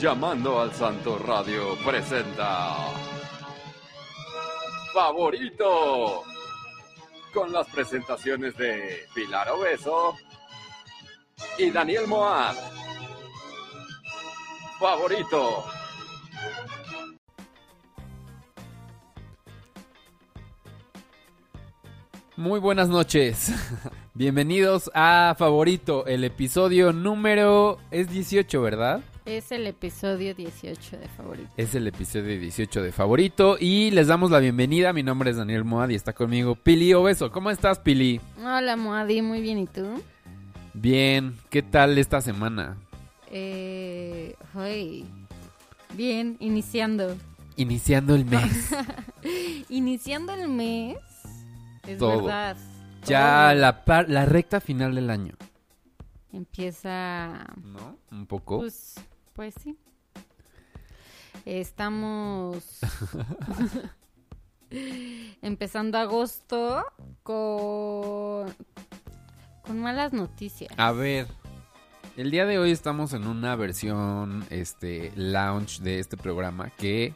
Llamando al Santo Radio presenta Favorito con las presentaciones de Pilar Obeso y Daniel Moab. Favorito. Muy buenas noches. Bienvenidos a Favorito, el episodio número es 18, ¿verdad? Es el episodio 18 de favorito. Es el episodio 18 de Favorito y les damos la bienvenida. Mi nombre es Daniel Moad y está conmigo Pili Obeso. ¿Cómo estás, Pili? Hola Moadi, muy bien, ¿y tú? Bien, ¿qué tal esta semana? Eh, hoy. Bien, iniciando. Iniciando el mes. Iniciando el mes. Es Todo. verdad. ya todo la par- la recta final del año, Empieza. ¿no? Un poco. Pues, pues sí. Estamos empezando agosto con con malas noticias. A ver, el día de hoy estamos en una versión, este, launch de este programa que,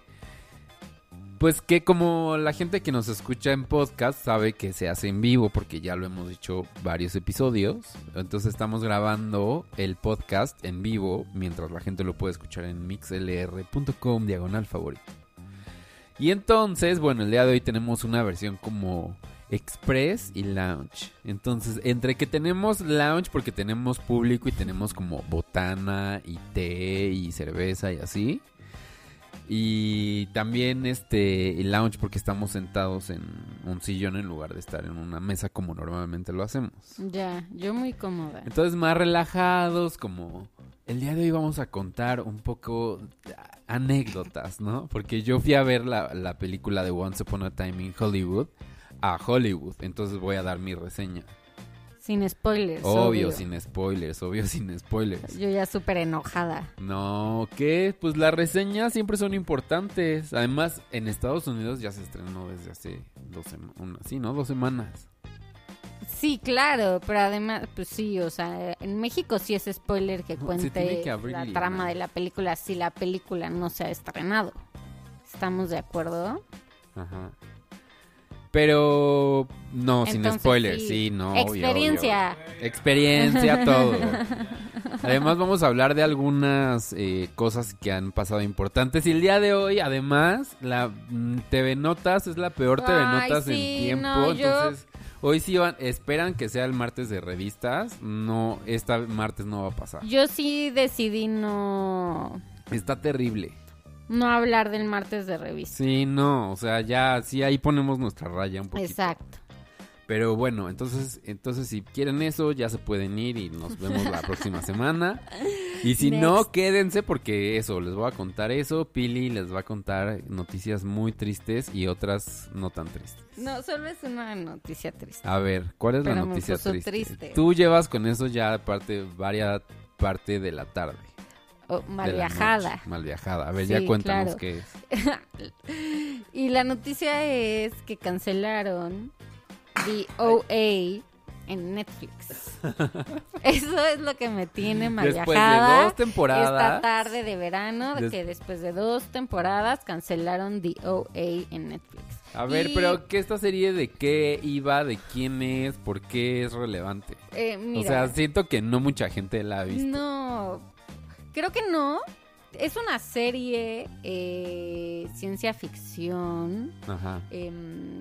pues que como la gente que nos escucha en podcast sabe que se hace en vivo porque ya lo hemos dicho varios episodios, entonces estamos grabando el podcast en vivo mientras la gente lo puede escuchar en mixlr.com diagonal favorito. Y entonces, bueno, el día de hoy tenemos una versión como Express y Lounge. Entonces, entre que tenemos Lounge porque tenemos público y tenemos como botana y té y cerveza y así. Y también este Lounge porque estamos sentados en un sillón en lugar de estar en una mesa como normalmente lo hacemos. Ya, yo muy cómoda. Entonces más relajados, como el día de hoy vamos a contar un poco a- anécdotas, ¿no? Porque yo fui a ver la, la película de Once Upon a Time in Hollywood a Hollywood, entonces voy a dar mi reseña. Sin spoilers. Obvio, sin spoilers, obvio, sin spoilers. Yo ya súper enojada. No, ¿qué? Pues las reseñas siempre son importantes. Además, en Estados Unidos ya se estrenó desde hace dos semanas. Sí, ¿no? Dos semanas. Sí, claro, pero además, pues sí, o sea, en México sí es spoiler que No, se cuente tiene que abrir la y trama nada. de la película si la película no se ha estrenado. ¿Estamos de acuerdo? Ajá. Pero no, sin Entonces, spoilers, sí, no. obvio, obvio. Experiencia. Experiencia, todo. Además vamos a hablar de algunas eh, cosas que han pasado importantes. Y el día de hoy, además, la mm, TV Notas es la peor TV Ay, Notas sí, en tiempo. no, yo- Entonces, hoy sí van, esperan que sea el martes de revistas. No, esta martes no va a pasar. Yo sí decidí no, Está terrible. no hablar del martes de revista. Sí, no, o sea, ya, sí, ahí ponemos nuestra raya un poquito. Exacto. Pero bueno, entonces, entonces si quieren eso, ya se pueden ir y nos vemos la próxima semana. Y si no, Next. quédense porque eso, les voy a contar eso. Pili les va a contar noticias muy tristes y otras no tan tristes. No, solo es una noticia triste. A ver, ¿cuál es la Pero me noticia puso triste? triste. Tú llevas con eso ya parte, varias parte de la tarde. Oh, mal de la viajada. noche, mal viajada. A ver, Sí, ya cuéntanos claro. qué es. Y la noticia es que cancelaron The OA en Netflix. Eso es lo que me tiene mal Después viajada de dos temporadas. Esta tarde de verano, de Des- que después de dos temporadas cancelaron The OA en Netflix. A ver, Y, pero ¿qué esta serie de qué iba, de quién es, por qué es relevante? eh, mira, O sea, siento que no mucha gente la ha visto. No, creo que no. Es una serie eh, ciencia ficción Ajá. em,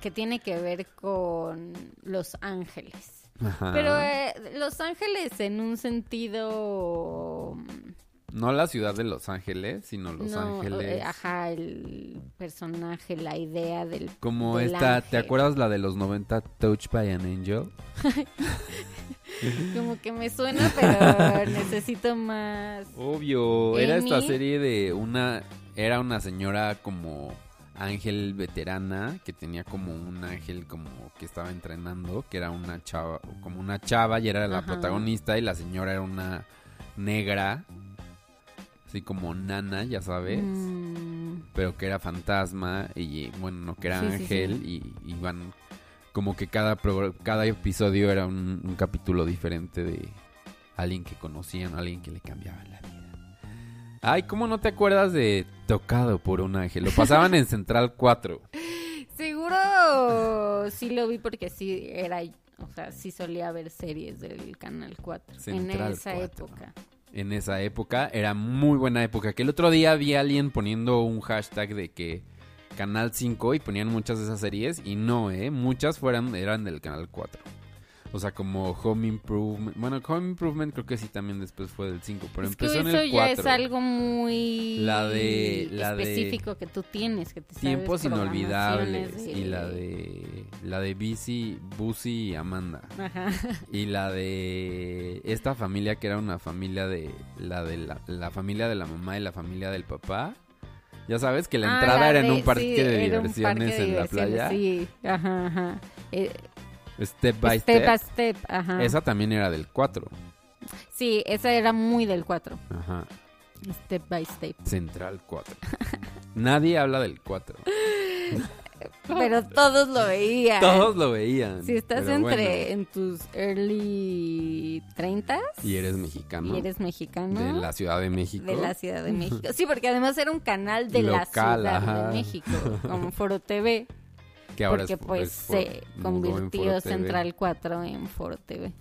que tiene que ver con Los Ángeles. Ajá. Pero eh, Los Ángeles en un sentido... mm, No la ciudad de Los Ángeles, sino Los no, Ángeles. eh, ajá, el personaje, la idea del... Como del esta, ¿te ángel. acuerdas la de los 90 Touch by an Angel? Como que me suena, pero necesito más. Obvio, era esta Amy. serie de una era una señora como ángel veterana que tenía como un ángel como que estaba entrenando, que era una chava como una chava y era la Ajá. protagonista y la señora era una negra así como nana, ya sabes, Mm, pero que era fantasma y bueno, no que era Sí, sí, ángel y iban como que cada pro- cada episodio era un, un capítulo diferente de alguien que conocían, alguien que le cambiaba la vida. Ay, ¿cómo no te acuerdas de Tocado por un ángel? Lo pasaban en Central 4. Seguro sí lo vi porque sí era. O sea, sí solía ver series del Canal 4 Central en esa 4. época. En esa época era muy buena época. Que el otro día vi a alguien poniendo un hashtag de que Canal 5 y ponían muchas de esas series y no, eh, muchas fueran eran del Canal 4. O sea, como Home Improvement. Bueno, Home Improvement creo que sí también después fue del 5, pero es que empezó eso en el 4. ya es algo muy La de- la de- específico que tú tienes. Que te sabes Tiempos inolvidables. programaciones de- Y la de. La de Busy, Busy y Amanda. Ajá. Y la de. Esta familia que era una familia de. La de la, la familia de la mamá y la familia del papá. Ya sabes que la Ah, entrada la era en de- un parque sí, de era un diversiones parque de en diversiones, la playa. Sí, ajá, ajá. Eh, Step by step, ah. step. a step, ajá. Esa también era del 4. Sí, esa era muy del 4. Ajá. Step by step. Central 4. Nadie habla del 4. Pero todos lo veían. Todos lo veían. Si estás pero entre bueno. en tus early 30 Y eres mexicano. y eres mexicano De la Ciudad de México. de la Ciudad de México. Sí, porque además era un canal de la Local, Ciudad ajá. de México, como Foro TV, que ahora porque es- pues es Foro- se mudó en Foro convirtió TV. Central 4 en Foro TV.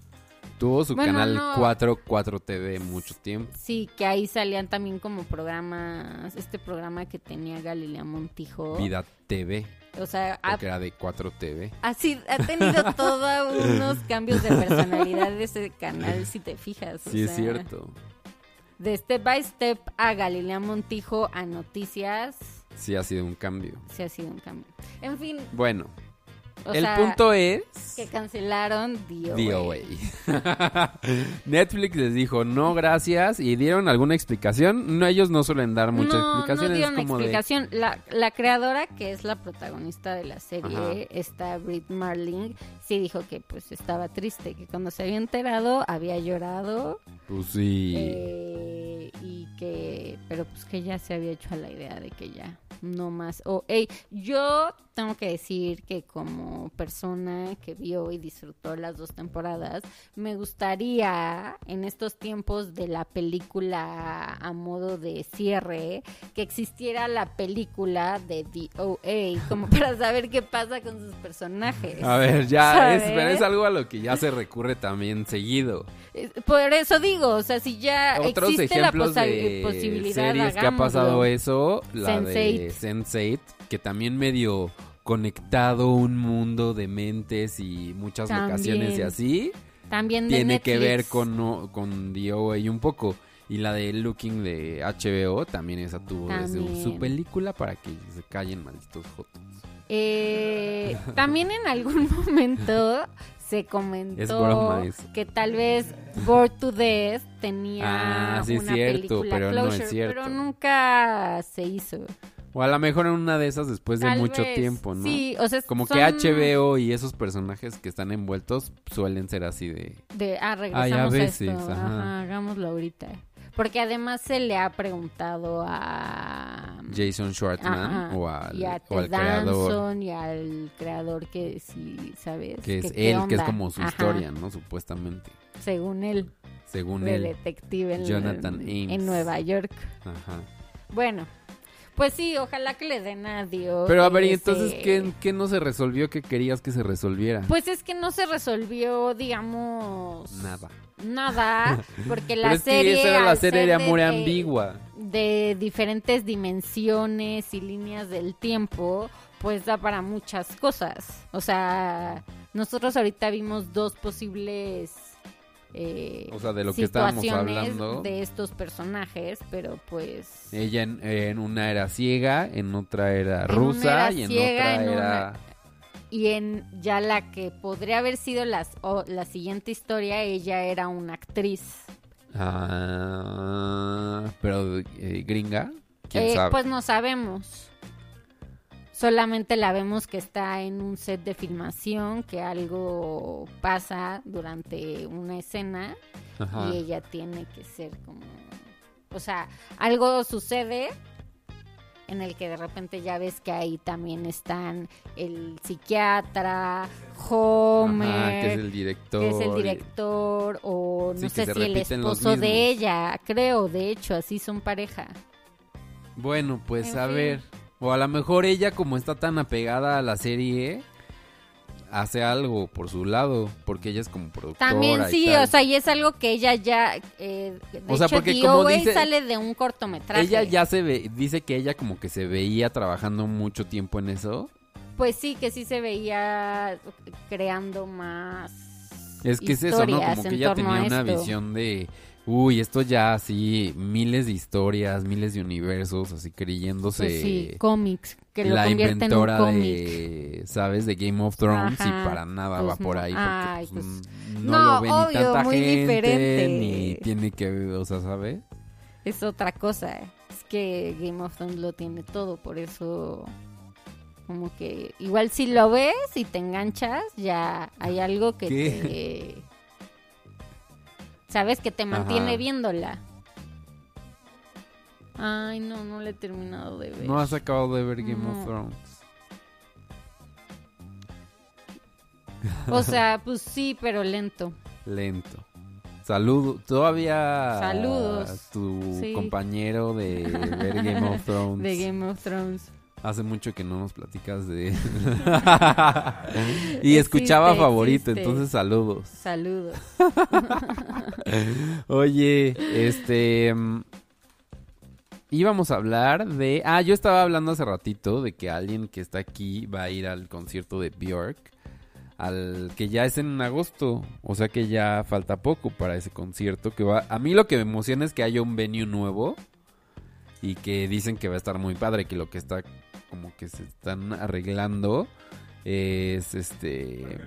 Tuvo su Bueno, canal no. 4, 4 TV mucho tiempo. Sí, que ahí salían también como programas, este programa que tenía Galilea Montijo. Vida TV, O sea, ha, porque era de 4 TV. así, ha tenido todos unos cambios de personalidad de ese canal, si te fijas. o Sí, es sea, cierto. De Step by Step a Galilea Montijo a Noticias, Sí, ha sido un cambio. se ha sido un cambio. En fin, Bueno, o el sea, punto es. que cancelaron DOA. DOA. Netflix les dijo no gracias y dieron alguna explicación. No, ellos no suelen dar muchas no, no explicaciones. dieron es como de. explicación. La, la creadora, que es la protagonista de la serie, Ajá. esta Brit Marling, sí dijo que pues estaba triste, que cuando se había enterado había llorado Pues sí. eh, y que, pero pues que ya se había hecho a la idea de que ya no más. O, hey, yo tengo que decir que como persona que vio y disfrutó las dos temporadas, me gustaría en estos tiempos de la película a modo de cierre que existiera la película de DOA, como para saber qué pasa con sus personajes. A ver, ya es, ¿sabes? pero es algo a lo que ya se recurre también seguido. Eh, Por eso digo, o sea, si ya Otros Ah, existe la ejemplos posa- de posibilidad series que ha hagámoslo. pasado eso, la de Sense8. Sense8, que también medio conectado un mundo de mentes y muchas También. locaciones y así, También de tiene que ver Netflix. con, no- con DOA y un poco. Y la de Looking de HBO también esa tuvo desde También. su película para que se callen malditos jotos. Eh, también en algún momento se Es comentó broma eso. que tal vez Bored to Death tenía Ah, sí, es una cierto, película pero no es closure, cierto. pero nunca se hizo. O a lo mejor en una de esas después de Tal mucho vez. tiempo, ¿no? Sí, o sea, Como son que HBO y esos personajes que están envueltos suelen ser así de... De, ah, regresamos Ay, a a, veces, esto. ajá. Ajá, hagámoslo ahorita. Porque además se le ha preguntado a Jason Schwartzman Ajá, o al, y a o al Ted creador, Danson y al creador que sí, ¿sabes? que es qué él, que es onda. como su Ajá, historia, ¿no? Supuestamente, Según él, según de él. detective en, Jonathan en, Ames. Nueva York. Ajá. Bueno, pues sí, ojalá que le den adiós. Pero a ver, ¿y entonces ¿qué, qué no se resolvió que querías que se resolviera? Pues es que no se resolvió, digamos... Nada. Nada, porque la Pero es serie... que esa era la al serie ser era de- muy de- ambigua. de diferentes dimensiones y líneas del tiempo, pues da para muchas cosas. O sea, nosotros ahorita vimos dos posibles eh, O sea, de lo que estábamos situaciones hablando. de estos personajes, pero pues Ella en, en una era ciega, en otra era En una rusa era y en ciega, otra en era y en ya la que podría haber sido las, o- la siguiente historia, ella era una actriz. Ah, pero eh, gringa, quién Eh, sabe. Pues no sabemos. Solamente la vemos que está en un set de filmación, que algo pasa durante una escena Ajá. y ella tiene que ser como... O sea, algo sucede en el que de repente ya ves que ahí también están el psiquiatra, Homer, Ajá, que es el director. que es el y- director o no Sí, que sé se si el repiten los esposo de mismos. ella, creo, de hecho, así son pareja. Bueno, pues En a fin. ver. O a lo mejor ella, como está tan apegada a la serie, hace algo por su lado, porque ella es como productora. También y sí, tal. o sea, y es algo que ella ya eh, de O sea, hecho, porque The como OA dice- sale de un cortometraje. Ella ya se ve, dice que ella como que se veía trabajando mucho tiempo en eso. Pues sí, que sí se veía creando más Es que es eso, ¿no? historias Como en que ella torno a tenía una esto. visión de, uy, esto ya así, miles de historias, miles de universos, así creyéndose Pues sí, cómics, que lo la convierte en un inventora cómic. de, ¿sabes? De Game of Thrones y Ajá, para nada pues va por no. ahí. Ay, porque, pues, no, no, lo ve obvio, ni tanta muy gente, diferente. ni tiene que ver, o sea, ¿sabes? Es otra cosa. eh. Es que Game of Thrones lo tiene todo, por eso como que igual si lo ves y te enganchas, ya hay algo que ¿Qué? te sabes que te mantiene Ajá. viéndola. Ay, no, no le he terminado de ver. No has acabado de ver Game of No. Thrones. O sea, pues sí, pero lento. Lento. Saludo, todavía Saludos. tu Sí. compañero de ver Game of Thrones. De Game of Thrones. Hace mucho que no nos platicas de él. y escuchaba Existe, favorito, existe. entonces saludos. Saludos. Oye, este mm, íbamos a hablar de ah, yo estaba hablando hace ratito de que alguien que está aquí va a ir al concierto de Björk al que ya es en agosto, o sea que ya falta poco para ese concierto que va a mí lo que me emociona es que haya un venue nuevo y que dicen que va a estar muy padre, que lo que está como que se están arreglando es este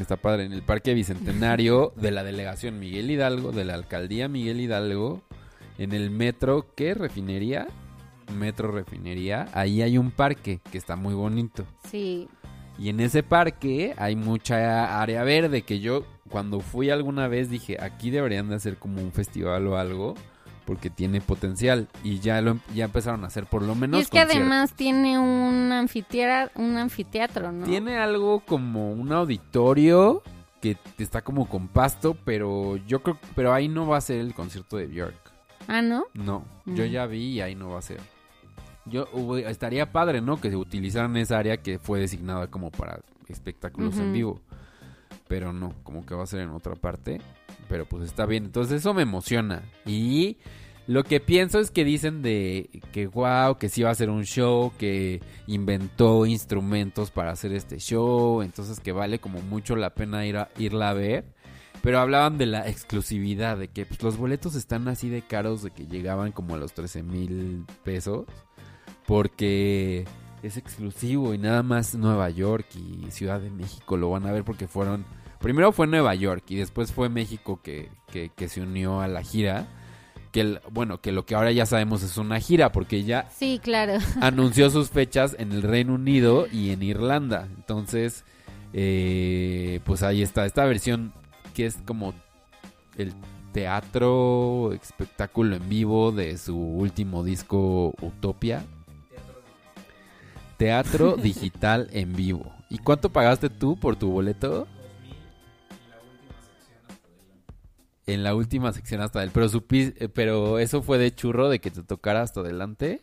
está padre en el Parque Bicentenario de la delegación Miguel Hidalgo, de la alcaldía Miguel Hidalgo, en el metro ¿qué? Refinería, Metro Refinería, ahí hay un parque que está muy bonito. Sí, Y en ese parque hay mucha área verde que yo cuando fui alguna vez dije, aquí deberían de hacer como un festival o algo porque tiene potencial y ya lo em- ya empezaron a hacer por lo menos y es que conciertos. además tiene un anfiteatro, un anfiteatro, ¿no? Tiene algo como un auditorio que está como con pasto, pero yo creo pero ahí no va a ser el concierto de Björk. Ah, ¿no? No, yo Mm. ya vi y ahí no va a ser. Yo hubo- estaría padre, ¿no? Que se utilizaran esa área que fue designada como para espectáculos en Ujú. vivo. Pero no, como que va a ser en otra parte. Pero pues está bien. Entonces eso me emociona. Y lo que pienso es que dicen de que wow, que sí va a ser un show, que inventó instrumentos para hacer este show. Entonces que vale como mucho la pena ir a- irla a ver. Pero hablaban de la exclusividad, de que pues, los boletos están así de caros, de que llegaban como a los 13 mil pesos, porque es exclusivo y nada más Nueva York y Ciudad de México lo van a ver porque fueron, primero fue Nueva York y después fue México que, que- que se unió a la gira, que el- bueno, que lo que ahora ya sabemos es una gira, porque ya Sí, claro. anunció sus fechas en el Reino Unido y en Irlanda. Entonces, eh, pues ahí está. Esta versión que es como el teatro espectáculo en vivo de su último disco Utopia. Teatro digital en vivo. ¿Y cuánto pagaste tú por tu boleto? En la última sección hasta del. Pero, supis- eh, pero eso fue de churro de que te tocara hasta adelante.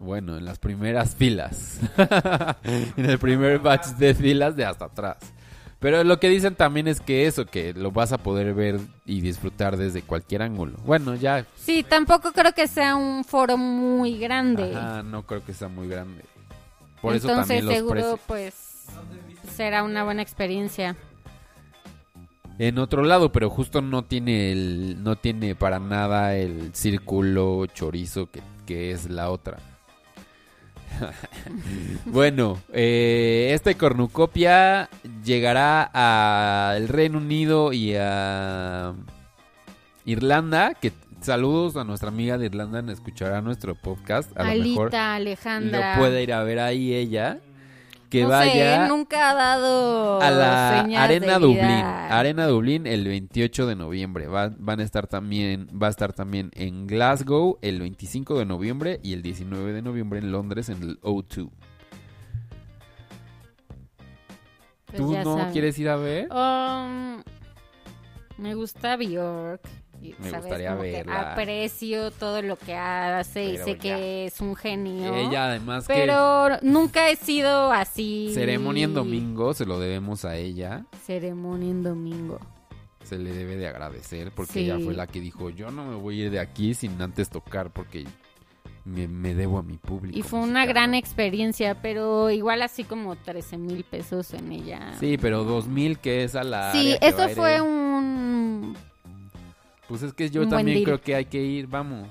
Bueno, en las primeras filas. en el primer batch de filas de hasta atrás. Pero lo que dicen también es que eso, que lo vas a poder ver y disfrutar desde cualquier ángulo. Bueno, ya. Sí, tampoco creo que sea un foro muy grande. Ajá, no creo que sea muy grande. Por eso Entonces también los seguro precios. pues será una buena experiencia. En otro lado, pero justo no tiene el, no tiene para nada el círculo chorizo que, que es la otra. Bueno, eh, este cornucopia llegará al Reino Unido y a Irlanda. Que saludos a nuestra amiga de Irlanda, escuchará nuestro podcast. A lo mejor Alita, lo Alejandra. puede ir a ver ahí ella. Que no vaya sé, nunca ha dado a la señas Arena de Dublín. vida. Arena Dublín el 28 de noviembre. Va- van a estar también, va a estar también en Glasgow el 25 de noviembre y el 19 de noviembre en Londres en el O2. Pues ¿Tú ya no saben. quieres ir a ver? Um, me gusta Bjork. y, Me ¿sabes? gustaría Como que verla. aprecio todo lo que hace y Pero sé ya. que es un genio. Ella además pero nunca he sido que así. ceremonia en domingo se lo debemos a ella. Ceremonia en domingo. Se le debe de agradecer porque Sí. ella fue la que dijo yo no me voy a ir de aquí sin antes tocar porque me, me debo a mi público. Y fue una mexicano". gran experiencia, pero igual así como 13 mil pesos en ella. Sí, pero 2000 que es a la... Sí, área que va esto a ir fue él. un... Pues es que yo Un buen también deal. creo que hay que ir, vamos.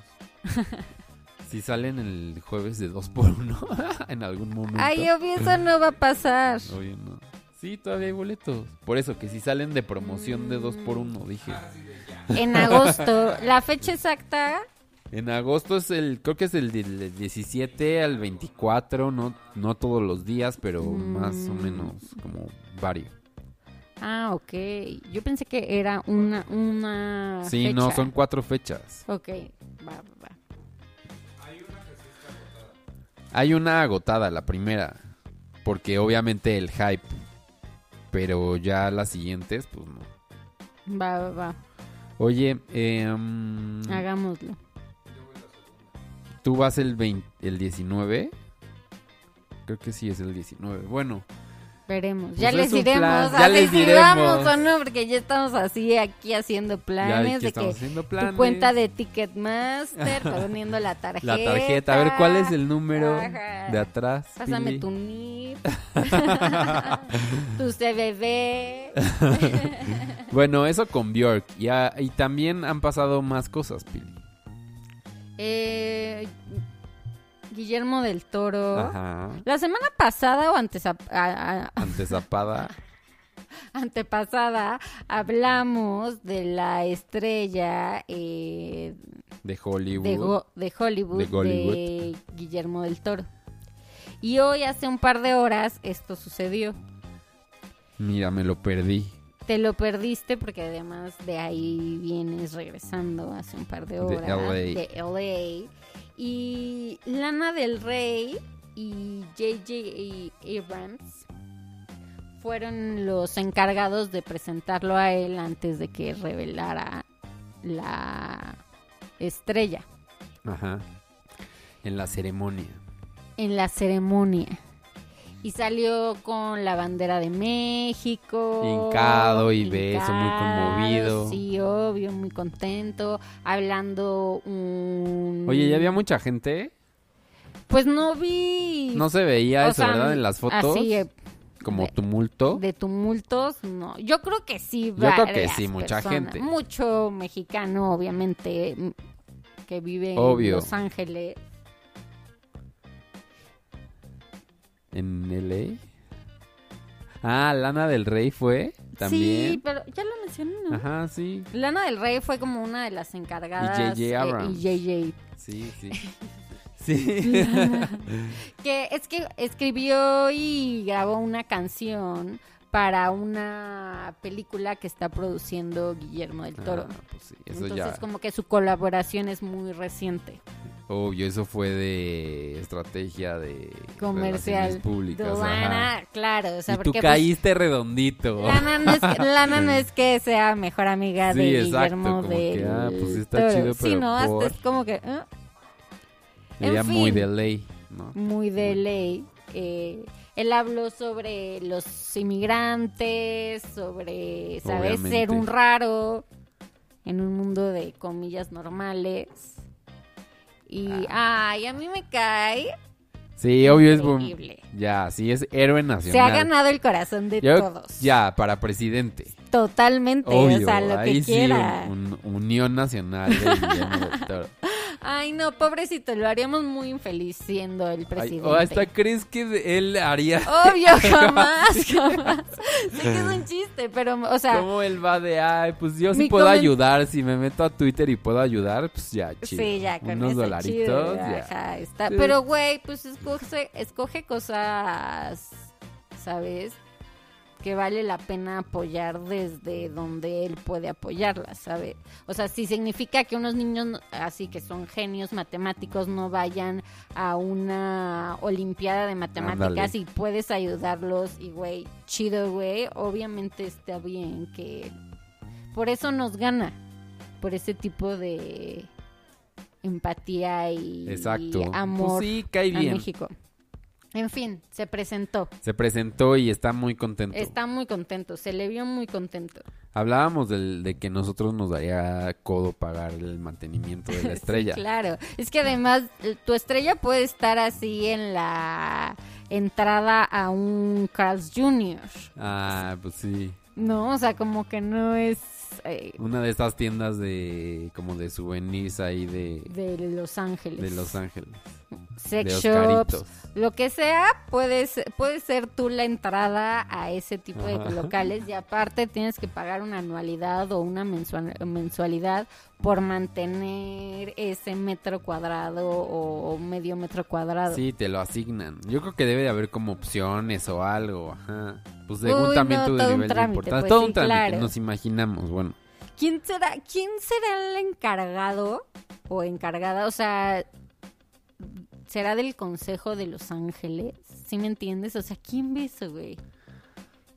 si salen el jueves de 2 por 1 en algún momento. Ay, obvio, eso no va a pasar. Oye, no. Sí, todavía hay boletos. Por eso, que si salen de promoción de 2 por 1 dije. En agosto. La fecha exacta En agosto es el, creo que es el del 17 al 24, no, no todos los días, pero Mm. más o menos como varios. Ah, ok. Yo pensé que era una, una Sí, fecha. no, son cuatro fechas. Ok, va, va, va. Hay una agotada, la primera, porque obviamente el hype, pero ya las siguientes, pues no. Va, va, va. Oye, eh, mm, Hagámoslo. tú vas el, 20 el 19. Creo que sí es el 19. Bueno, Veremos. Pues ya es les un diremos. plan, ya a les ver si diremos. vamos o no, porque ya estamos así aquí haciendo ya planes aquí de que estamos haciendo planes. tu cuenta de Ticketmaster, poniendo la tarjeta. La tarjeta, a ver cuál es el número Ajá. de atrás. Pásame Pili? tu NIP, tu CBB. Bueno, eso con Bjork. Y, a- y también han pasado más cosas, Pili. Eh, Guillermo del Toro. Ajá. La semana pasada o antes a- a- a- Antezapada. antepasada hablamos de la estrella eh, de Hollywood. de, Go- de Hollywood De Gollywood. de Guillermo del Toro. Y hoy hace un par de horas esto sucedió. Mira, me lo perdí. Te lo perdiste porque además de ahí vienes regresando hace un par de horas LA. de LA. Y Lana del Rey y JJ Abrams fueron los encargados de presentarlo a él antes de que revelara la estrella Ajá. En la ceremonia. en la ceremonia. Y salió con la bandera de México. Hincado y beso, muy conmovido. Sí, obvio, muy contento. Hablando un... Oye, ya había mucha gente. Pues no vi... No se veía o eso, sea, mm, ¿verdad? En las fotos. Así, eh, como de- tumulto. de tumultos, no. Yo creo que sí. Yo creo que varias sí, mucha personas. gente. Mucho mexicano, obviamente, m- que vive Obvio. en Los Ángeles. En LA. Ah, Lana del Rey fue Sí, también. pero ya lo mencioné, ¿no? Ajá, sí. Lana del Rey fue como una de las encargadas. Y J.J. eh, Abrams. y JJ. Sí, sí. Sí. Que es que escribió y grabó una canción para una película que está produciendo Guillermo del Toro. Ah, pues sí, eso Entonces, ya. como que su colaboración es muy reciente. Obvio, eso fue de estrategia de Comercial. relaciones públicas. ajá. Lana, claro. O sea, y tú porque. pues, caíste redondito. Lana no, es que, Lana no es que sea mejor amiga Sí, de exacto, Guillermo como del que, ah, pues está Toro. chido, Sí, pero no, hasta por- es como que. ¿eh? en Ella muy fin. de ley, ¿no? muy de ley. eh, él habló sobre los inmigrantes, sobre, ¿sabes? Obviamente. Ser un raro en un mundo de comillas normales. Y, Ah. ay, a mí me cae. Sí, obvio es bom- Increíble. Ya, sí es héroe nacional. Se ha ganado el corazón de Yo- todos. Ya, para presidente. Totalmente, Obvio, o sea, lo ahí que sí, quiera. un- un- Unión Nacional de Guillermo del Toro. Ay, no, pobrecito, lo haríamos muy infeliz siendo el Ay, oh, presidente. o hasta crees que él haría Obvio, jamás, jamás. Sé que es un chiste, pero, o sea, cómo él va de ay, pues yo sí Mi puedo comen- ayudar, si me meto a Twitter y puedo ayudar, pues ya, chido. Sí, ya, con Unos eso, dolaritos, chido, ya. ajá, está. Sí. Pero, güey, pues escoge, escoge cosas, ¿sabes? Que vale la pena apoyar desde donde él puede apoyarlas, ¿sabes? O sea, si significa que unos niños no- así que son genios matemáticos no vayan a una olimpiada de matemáticas Ándale. y puedes ayudarlos y, güey, chido, güey, obviamente está bien que... Por eso nos gana, por ese tipo de empatía y Exacto. amor Pues sí, cae a bien. México. En fin, se presentó. Se presentó y está muy contento. Está muy contento, se le vio muy contento. Hablábamos del- de que nosotros nos daría codo pagar el mantenimiento de la estrella. Sí, claro, es que además eh, tu estrella puede estar así en la entrada a un Carl's Jr., Ah, pues sí. ¿no? O sea, como que no es eh, Una de estas tiendas de como de souvenirs ahí de, de Los Ángeles. de Los Ángeles. de Sex Oscaritos. shops, lo que sea, puedes, puedes ser tú la entrada a ese tipo de locales y aparte tienes que pagar una anualidad o una mensua- mensualidad por mantener ese metro cuadrado o medio metro cuadrado. Sí, te lo asignan. Yo creo que debe de haber como opciones o algo, ajá. Pues según Uy, también no, tu todo un nivel de trámite, importancia. pues todo sí, un trámite, claro. nos imaginamos, bueno. ¿Quién será, quién será el encargado o encargada? O sea, ¿será del Consejo de Los Ángeles? ¿Sí me entiendes? O sea, ¿quién ve eso, güey?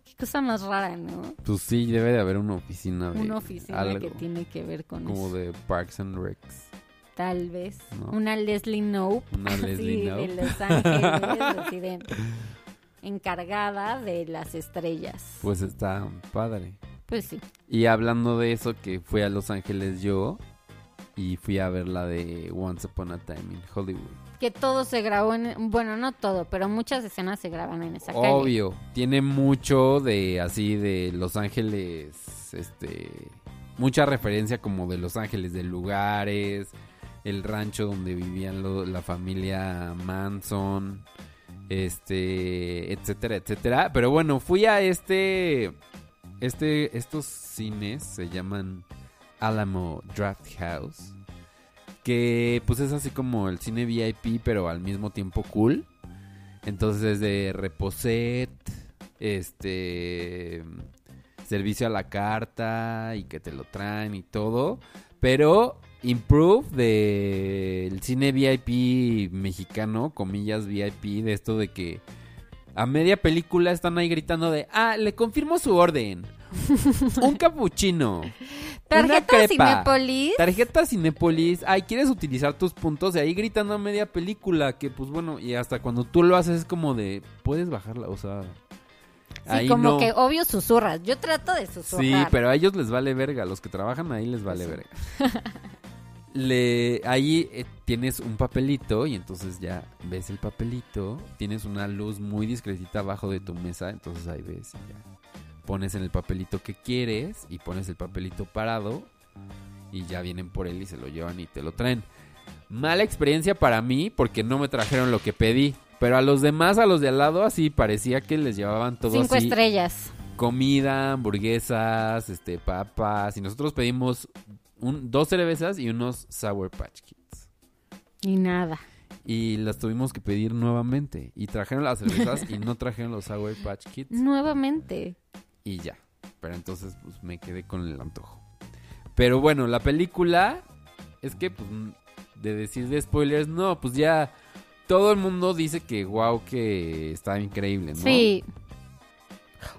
Qué cosa más rara, ¿no? Pues sí, debe de haber una oficina de Una oficina algo, que tiene que ver con Como eso. de Parks and Recs. Tal vez. No. Una Leslie Nope. Una así, Leslie Knope. de Los Ángeles, así de- encargada de las estrellas. Pues, Pues está padre. sí. Y hablando de eso, que fui a Los Ángeles yo y fui a ver la de Once Upon a Time in Hollywood. Que todo se grabó en... Bueno, no todo, pero muchas escenas se graban en esa calle. Obvio, tiene mucho de así de Los Ángeles, este, mucha referencia como de Los Ángeles, de lugares, el rancho donde vivían lo- la familia Manson, este, etcétera, etcétera. Pero bueno, fui a este, este, estos cines se llaman Alamo Draft House, que pues es así como el cine VIP, pero al mismo tiempo cool. Entonces de reposet, este servicio a la carta y que te lo traen y todo, pero improve del cine VIP mexicano, comillas VIP de esto de que a media película están ahí gritando de, "Ah, le confirmo su orden." Un capuchino. una Tarjeta crepa, Cinépolis. Tarjeta Cinépolis. Ay, ¿quieres utilizar tus puntos? Y ahí gritando a media película. Que pues bueno, y hasta cuando tú lo haces es como de. Puedes bajarla, o sea. Sí, como que obvio susurras. Yo trato de susurrar. Sí, pero a ellos les vale verga. Los que trabajan ahí les vale verga. Le, ahí eh, tienes un papelito y entonces ya ves el papelito. Tienes una luz muy discretita abajo de tu mesa. Entonces ahí ves y ya. Pones en el papelito que quieres y pones el papelito parado. Y ya vienen por él y se lo llevan y te lo traen. Mala experiencia para mí porque no me trajeron lo que pedí. Pero a los demás, a los de al lado, así parecía que les llevaban todo Cinco así estrellas. comida, hamburguesas, este, papas. Y nosotros pedimos un, dos cervezas y unos Sour Patch Kids. Y nada. Y las tuvimos que pedir nuevamente. Y trajeron las cervezas y no trajeron los Sour Patch Kids. Nuevamente. Y ya. Pero entonces pues, me quedé con el antojo. Pero bueno, la película es que pues, mm, de decir de spoilers, no, pues ya todo el mundo dice que wow, que está increíble, ¿no? Sí.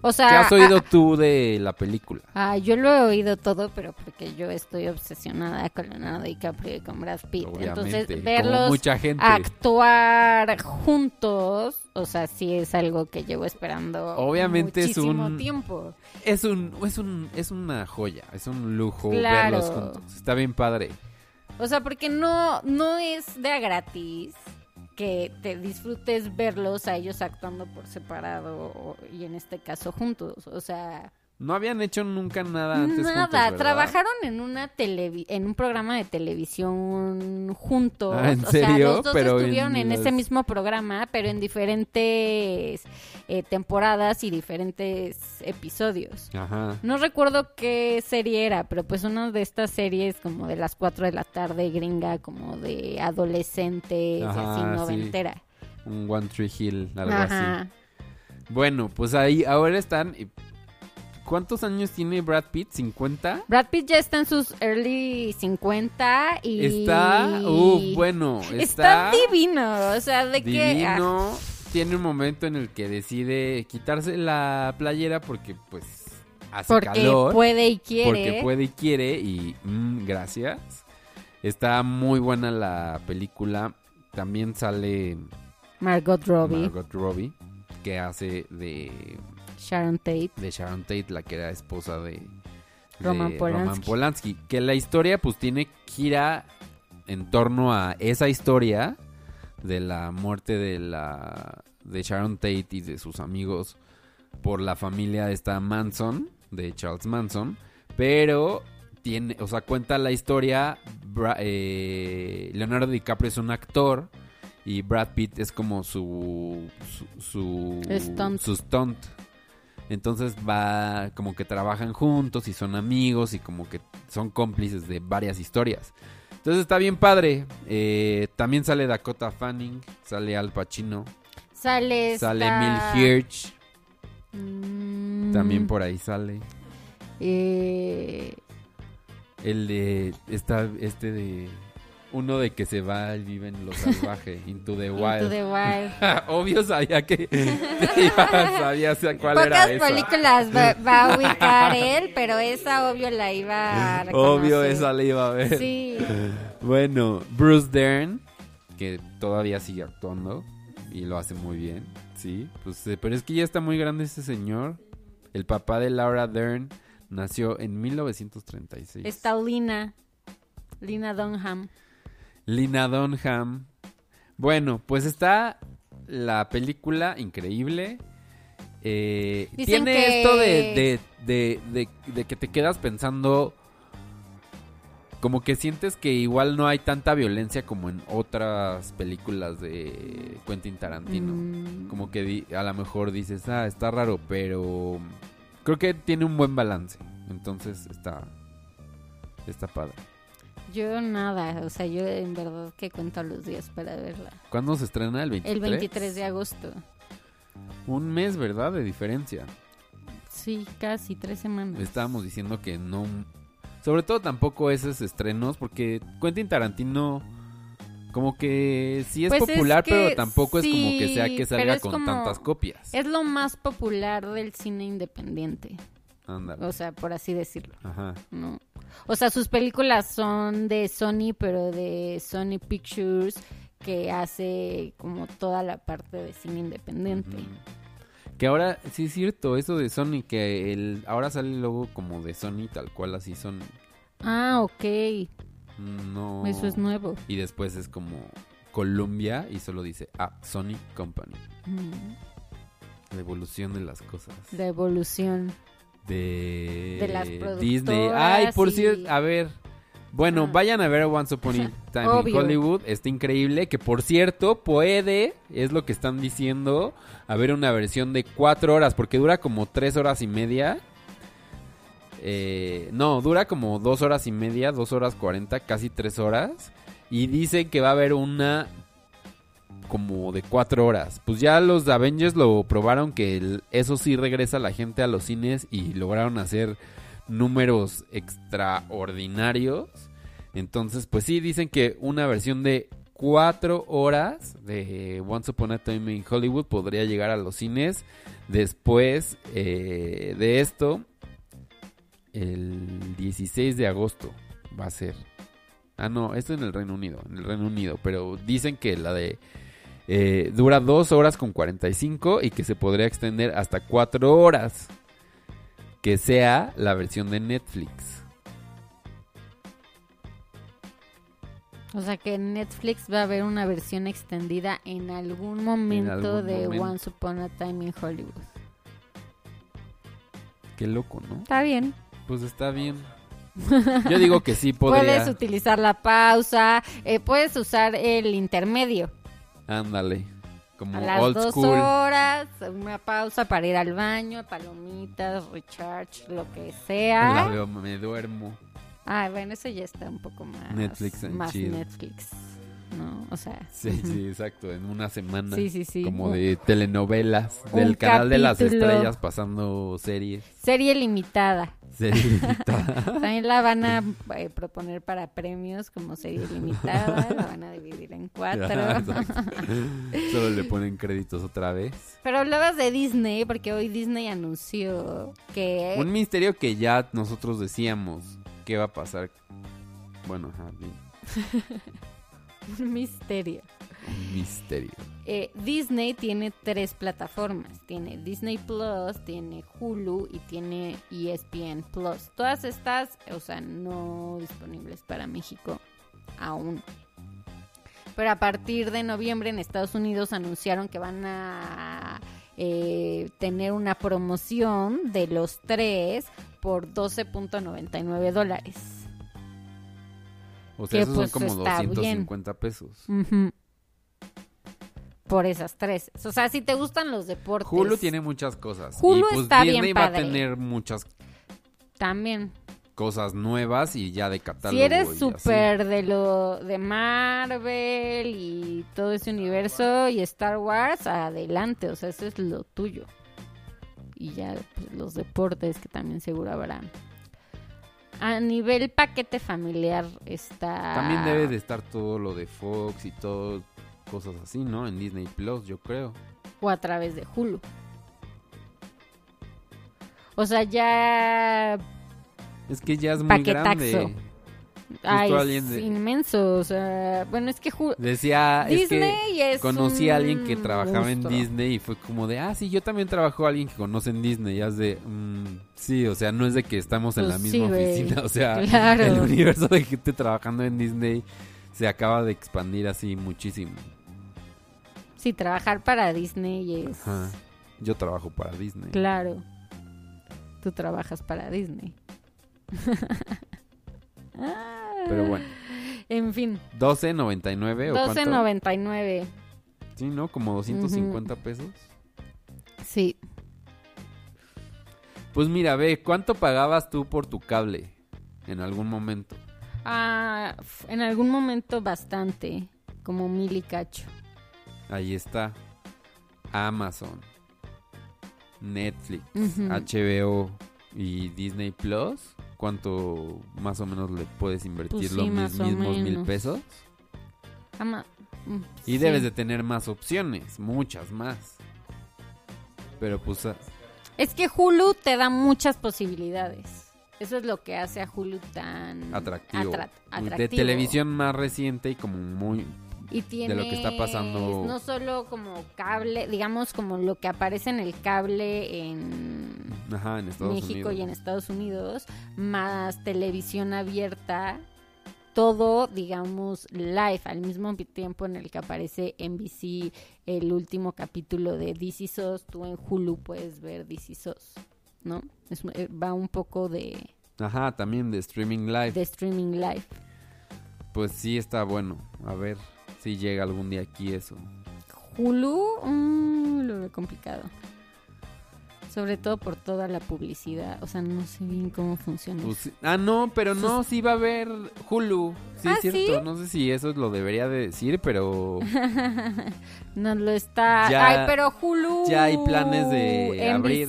O sea. ¿Qué has oído ah, tú de la película? ah, yo lo he oído todo, pero porque yo estoy obsesionada con Leonardo DiCaprio y con Brad Pitt. Entonces, Obviamente, verlos como mucha gente. actuar juntos, o sea, sí es algo que llevo esperando Obviamente es muchísimo un- tiempo. Es un, es un, es una joya, es un lujo Claro. verlos juntos. Está bien padre. O sea, porque no, no es de a gratis que te disfrutes verlos a ellos actuando por separado o- y en este caso juntos. O sea, No habían hecho nunca nada antes. Nada, juntos, ¿verdad? trabajaron en una televi- en un programa de televisión juntos. Ah, ¿en o sea, serio? los dos Pero en estuvieron en, las- ese mismo programa, pero en diferentes eh, temporadas y diferentes episodios. Ajá. No recuerdo qué serie era, pero pues una de estas series como de las 4 de la tarde gringa, como de adolescentes Ajá, y sí. así noventera. Un One Tree Hill, algo Ajá. así. Bueno, pues ahí ahora están. y- ¿Cuántos años tiene Brad Pitt? ¿50? Brad Pitt ya está en sus early 50 y... Está. Uh, bueno. Está divino, o sea, de que... ah, divino. Tiene un momento en el que decide quitarse la playera porque, pues, hace porque calor. puede y quiere. Porque puede y quiere y mm, gracias. Está muy buena la película. También sale Margot Robbie, Margot Robbie, que hace de, Sharon Tate. de Sharon Tate, la que era esposa de, de Roman Polanski. Polanski. Que la historia pues tiene gira en torno a esa historia de la muerte de la de Sharon Tate y de sus amigos por la familia de esta Manson, de Charles Manson, pero tiene, o sea, cuenta la historia Bra- eh, Leonardo DiCaprio es un actor y Brad Pitt es como su su su Stunt. su stunt. Entonces va como que trabajan juntos y son amigos y como que son cómplices de varias historias. Entonces está bien padre. Eh, también sale Dakota Fanning, sale Al Pacino, Sale esta- sale Emil Hirsch, Mm, también por ahí sale. eh, El de esta, este de uno de que se va y vive en lo salvaje, Into the Wild. Into the Wild. Obvio sabía que te iba- sabía cuál Pocas era esa. películas va, va a ubicar él, pero esa obvio la iba a reconocer. Obvio esa la iba a ver. Sí. Bueno, Bruce Dern, que todavía sigue actuando y lo hace muy bien, sí. Pues, eh, pero es que ya está muy grande ese señor. El papá de Laura Dern nació en 1936. Está Lina. Lina Dunham. Lina Dunham. Bueno, pues está la película increíble. Eh, Dicen tiene que- esto de, de- de- de- de que te quedas pensando. Como que sientes que igual no hay tanta violencia como en otras películas de Quentin Tarantino. Mm. Como que di- a lo mejor dices, ah, está raro, pero creo que tiene un buen balance. Entonces está, está padre. Yo nada, o sea, yo en verdad que cuento los días para verla. ¿Cuándo se estrena? El 23. El 23 de agosto. Un mes, ¿verdad? De diferencia. Sí, casi tres semanas. Estábamos diciendo que no... Sobre todo tampoco esos estrenos, porque Quentin Tarantino como que sí es Pues es popular, que pero tampoco es como que sí, sea que pero salga es con como- tantas copias. Es lo más popular del cine independiente, Ándale. o sea, por así decirlo, Ajá. ¿no? O sea, sus películas son de Sony, pero de Sony Pictures, que hace como toda la parte de cine independiente. Que ahora, sí es cierto, eso de Sony, que el, ahora sale el logo como de Sony, tal cual así son. Ah, ok, No. eso es nuevo. Y después es como Columbia y solo dice, ah, Sony Company. Mm, La evolución de las cosas. La evolución. de, De las Disney. productoras Ay, por y- cierto, a ver. Bueno, Ah. vayan a ver Once Upon a Time in Obvio. Hollywood. Está increíble. Que por cierto, puede, es lo que están diciendo, haber una versión de cuatro horas. Porque dura como tres horas y media. Eh, no, dura como dos horas y media, dos horas cuarenta, casi tres horas. Y dice que va a haber una como de cuatro horas. Pues ya los Avengers lo probaron que el- eso sí regresa la gente a los cines y lograron hacer números extraordinarios. Entonces, pues sí, dicen que una versión de cuatro horas de Once Upon a Time in Hollywood podría llegar a los cines después eh, de esto. El 16 de agosto va a ser. Ah, no, esto en el Reino Unido, en el Reino Unido, pero dicen que la de eh, dura 2 horas con 45 y que se podría extender hasta 4 horas. Que sea la versión de Netflix. O sea que Netflix va a haber una versión extendida en algún momento algún de momento. Once Upon a Time in Hollywood. Qué loco, ¿no? Está bien. Pues está bien. Yo digo que sí podría. Puedes utilizar la pausa, eh, puedes usar el intermedio. Ándale. Como A las old dos school. horas, una pausa para ir al baño, palomitas, recharge, lo que La sea. veo, me duermo. Ah, bueno, eso ya está un poco más Netflix and más chill. Netflix, ¿no? O sea, Sí, sí, exacto. En una semana. Sí, sí, sí. Como Un- de telenovelas. un Del canal de las capítulo. estrellas pasando series. serie limitada. Serie limitada. También la van a eh, proponer para premios como serie limitada, la van a dividir en Ajá, cuatro. exacto. Solo le ponen créditos otra vez. Pero hablabas de Disney, porque hoy Disney anunció que... Un misterio que ya nosotros decíamos. ¿Qué va a pasar? Bueno, ajá, bien, Un misterio. un misterio. Eh, Disney tiene tres plataformas. Tiene Disney Plus, tiene Hulu y tiene E ESPN Plus. Todas estas, o sea, no disponibles para México aún. Pero a partir de noviembre en Estados Unidos anunciaron que van a eh, tener una promoción de los tres por 12.99 dólares. O sea, Que, esos pues, son como está bien. 250 pesos. Ujú. Por esas tres. O sea, si te gustan los deportes. Hulu tiene muchas cosas. Hulu y pues está bien Disney va a padre. tener muchas También. cosas nuevas y ya de catálogo. si y eres así. súper de lo de Marvel y todo ese universo y Star Wars, adelante. O sea, eso es lo tuyo. Y ya pues, los deportes que también seguro habrá. A nivel paquete familiar está. También debe de estar todo lo de Fox y todo cosas así, ¿no? En Disney Plus, yo creo. o a través de Hulu. O sea, ya Es que ya es muy Paquetaxo. grande. ay, alguien ah, es de- inmenso, o sea, bueno, es que Hulu Decía, es Disney que es conocí a alguien que un trabajaba en monstruo. Disney y fue como de, ah, sí, yo también trabajo a alguien que conoce en Disney. Y es de, mm, sí, o sea, no es de que estamos en Pues la sí, misma güey. oficina. O sea, Claro. el universo de gente trabajando en Disney se acaba de expandir así muchísimo. sí trabajar para Disney es Ajá. Yo trabajo para Disney. claro. Tú trabajas para Disney. Pero bueno, En fin, 12.99 o cuánto? 12.99. Sí, ¿no? Como 250 pesos. Sí, Pues mira, ve, ¿cuánto pagabas tú por tu cable en algún momento? Ah, f- en algún momento bastante, como mil y cacho. Ahí está. Amazon, Netflix, Ujú. HBO y Disney Plus. ¿Cuánto más o menos le puedes invertir Pues sí, los mis- más o mismos mil menos. pesos? Ama- mm, Y sí. debes de tener más opciones, muchas más. Pero pues ah, Es que Hulu te da muchas posibilidades. Eso es lo que hace a Hulu tan atractivo. atra- De atractivo. televisión más reciente y como muy... y de lo que está tienes pasando. No solo como cable, digamos como lo que aparece en el cable en Ajá, en Estados México Unidos. y en Estados Unidos, más televisión abierta, todo, digamos, live, al mismo tiempo en el que aparece NBC el último capítulo de DC SOS, tú en Hulu puedes ver DC SOS, ¿no? Es- eh, va un poco de, Ajá, también de streaming live. de streaming live. Pues sí está bueno. A ver si llega algún día aquí eso. Hulu, mm, lo veo complicado. Sobre todo por toda la publicidad, o sea, no sé bien cómo funciona. Pues sí- ah, no, pero no, sí va a haber Hulu. Sí, ¿Ah, es cierto. No sé si eso lo debería de decir, pero No lo está. Ya- Ay, pero Hulu. ya hay planes de NBC, abrir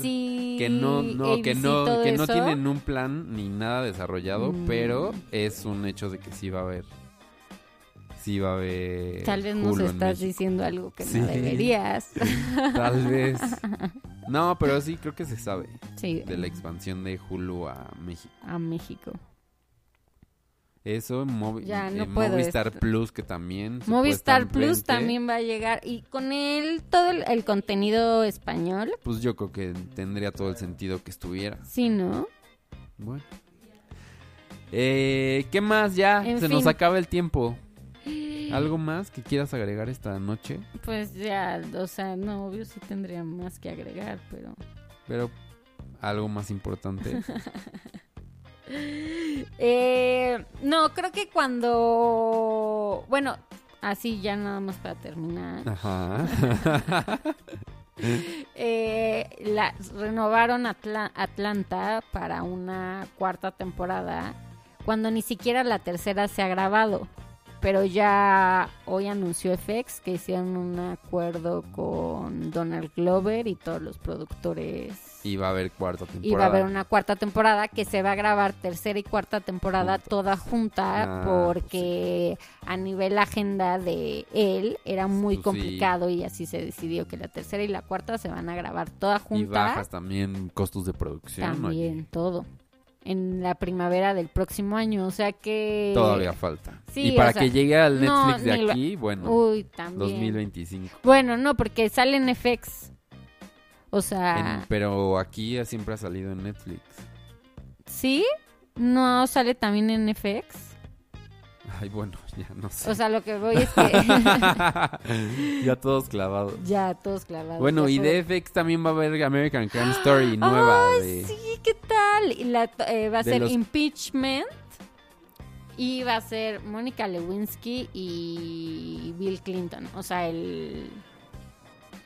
que no, no, que ABC, no, todo que no eso. tienen un plan ni nada desarrollado, Mm. pero es un hecho de que sí va a haber. Sí va a haber. Tal vez nos Hulu en estás México. diciendo algo que Sí. no deberías. Tal vez. No, pero sí creo que se sabe sí, de la expansión de Hulu a México. a México. Eso, Movi- Ya, no eh, puedo Movistar esto. Plus, que también. Movistar supuestamente, Plus también va a llegar y con él todo el, el contenido español. Pues yo creo que tendría todo el sentido que estuviera. Sí, ¿no? Bueno. Eh, ¿Qué más ya? En Se nos fin. acaba el tiempo. ¿Algo más que quieras agregar esta noche? Pues ya, o sea, no, obvio sí tendría más que agregar, pero Pero algo más importante. Eh, no, creo que cuando. Bueno, así ya nada más para terminar. Ajá. Eh, la, renovaron Atla- Atlanta para una cuarta temporada. Cuando ni siquiera la tercera se ha grabado. Pero ya hoy anunció FX que hicieron un acuerdo con Donald Glover y todos los productores Y va a haber cuarta temporada. y va a haber una cuarta temporada que se va a grabar tercera y cuarta temporada Juntas. toda junta Ah, porque a nivel agenda de él era muy Pues sí. complicado y así se decidió que la tercera y la cuarta se van a grabar toda Y junta bajas también costos de producción. oye. también todo en la primavera del próximo año, o sea que Todavía falta. sí, y para o sea, que llegue al no, Netflix ni de lo- aquí, bueno, uy, también 2025. Bueno, no, porque sale en FX. O sea, En- pero aquí ya siempre ha salido en Netflix. ¿sí? No sale también en FX. Ay, bueno, ya no sé. O sea, lo que voy es que ya todos clavados. Ya, todos clavados. Bueno, ya y todo. de FX también va a haber American Crime Story nueva. Ah, de- sí, ¿qué tal? Y la to- eh, va a De ser los- Impeachment. Y va a ser Mónica Lewinsky y Bill Clinton. O sea, el,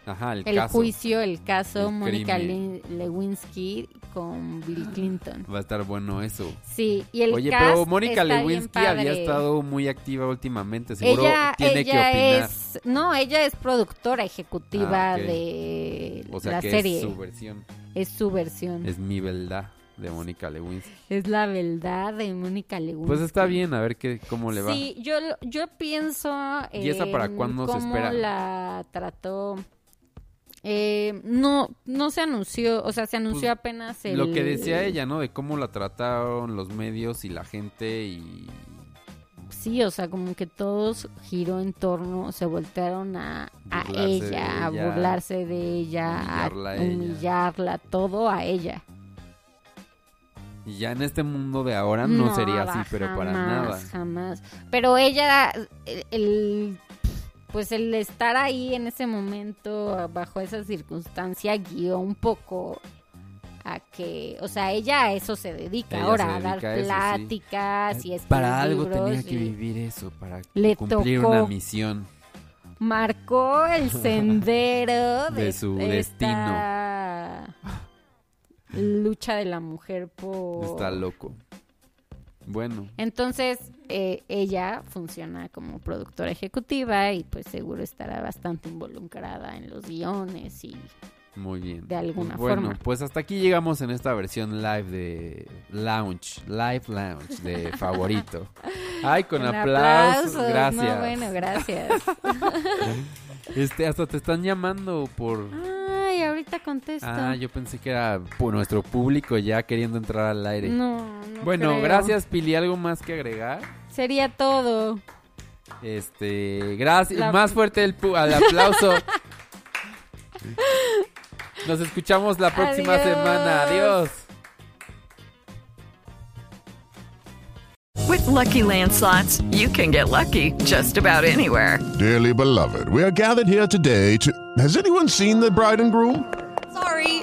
Ajá, el, el caso. juicio, el caso El Mónica crimen. Le- Lewinsky con Bill Clinton. Va a estar bueno eso. Sí, y el Oye, cast pero Mónica está bien Lewinsky había padre. estado muy activa últimamente. Seguro Ella, tiene que ella opinar. es. No, ella es productora ejecutiva Ah, ok. de O sea la que serie. es su versión. Es su versión. Es mi verdad de Mónica Lewinsky. Es la verdad de Mónica Lewinsky. Pues está bien, a ver qué, cómo le va. Sí, yo, lo- yo pienso. ¿Y esa para en cuándo se cómo espera? la trató. Eh, no, no se anunció, o sea, se anunció Pues, apenas el. Lo que decía ella, ¿no? De cómo la trataron los medios y la gente y... Sí, o sea, como que todos giró en torno, se voltearon a, a Burlarse de ella, a ella, burlarse de ella, humillarla a a ella. humillarla, todo a ella. Y ya en este mundo de ahora no, sería así, va, pero para jamás, nada. Jamás. Pero ella, el, el- pues el estar ahí en ese momento, bajo esa circunstancia, guió un poco a que, o sea, ella a eso se dedica Ella ahora, se a dar dedica a eso, sí. pláticas y escribir Eh, para algo tenía libros que y vivir eso, para Le cumplir tocó. una misión. Marcó el sendero de, De su esta Lucha de la mujer por Está loco. Bueno, Entonces, eh, ella funciona como productora ejecutiva y pues seguro estará bastante involucrada en los guiones y muy bien. De alguna Pues bueno, forma. pues hasta aquí llegamos en esta versión live de Lounge, Live Lounge de favorito. Ay, con Con aplausos, aplausos, gracias. No, bueno, gracias. Este, hasta te están llamando Ah, por Ay, ahorita contesto. Ah, yo pensé que era por nuestro público ya queriendo entrar al aire. No, no bueno, creo. gracias Pili, algo más que agregar. Sería todo. Este, gracias, La- más fuerte el pu- al aplauso. Nos escuchamos la próxima Adiós. semana. Adiós. With Lucky Land slots, you can get lucky just about anywhere. Dearly beloved, we are gathered here today to. Has anyone seen the bride and groom? Sorry,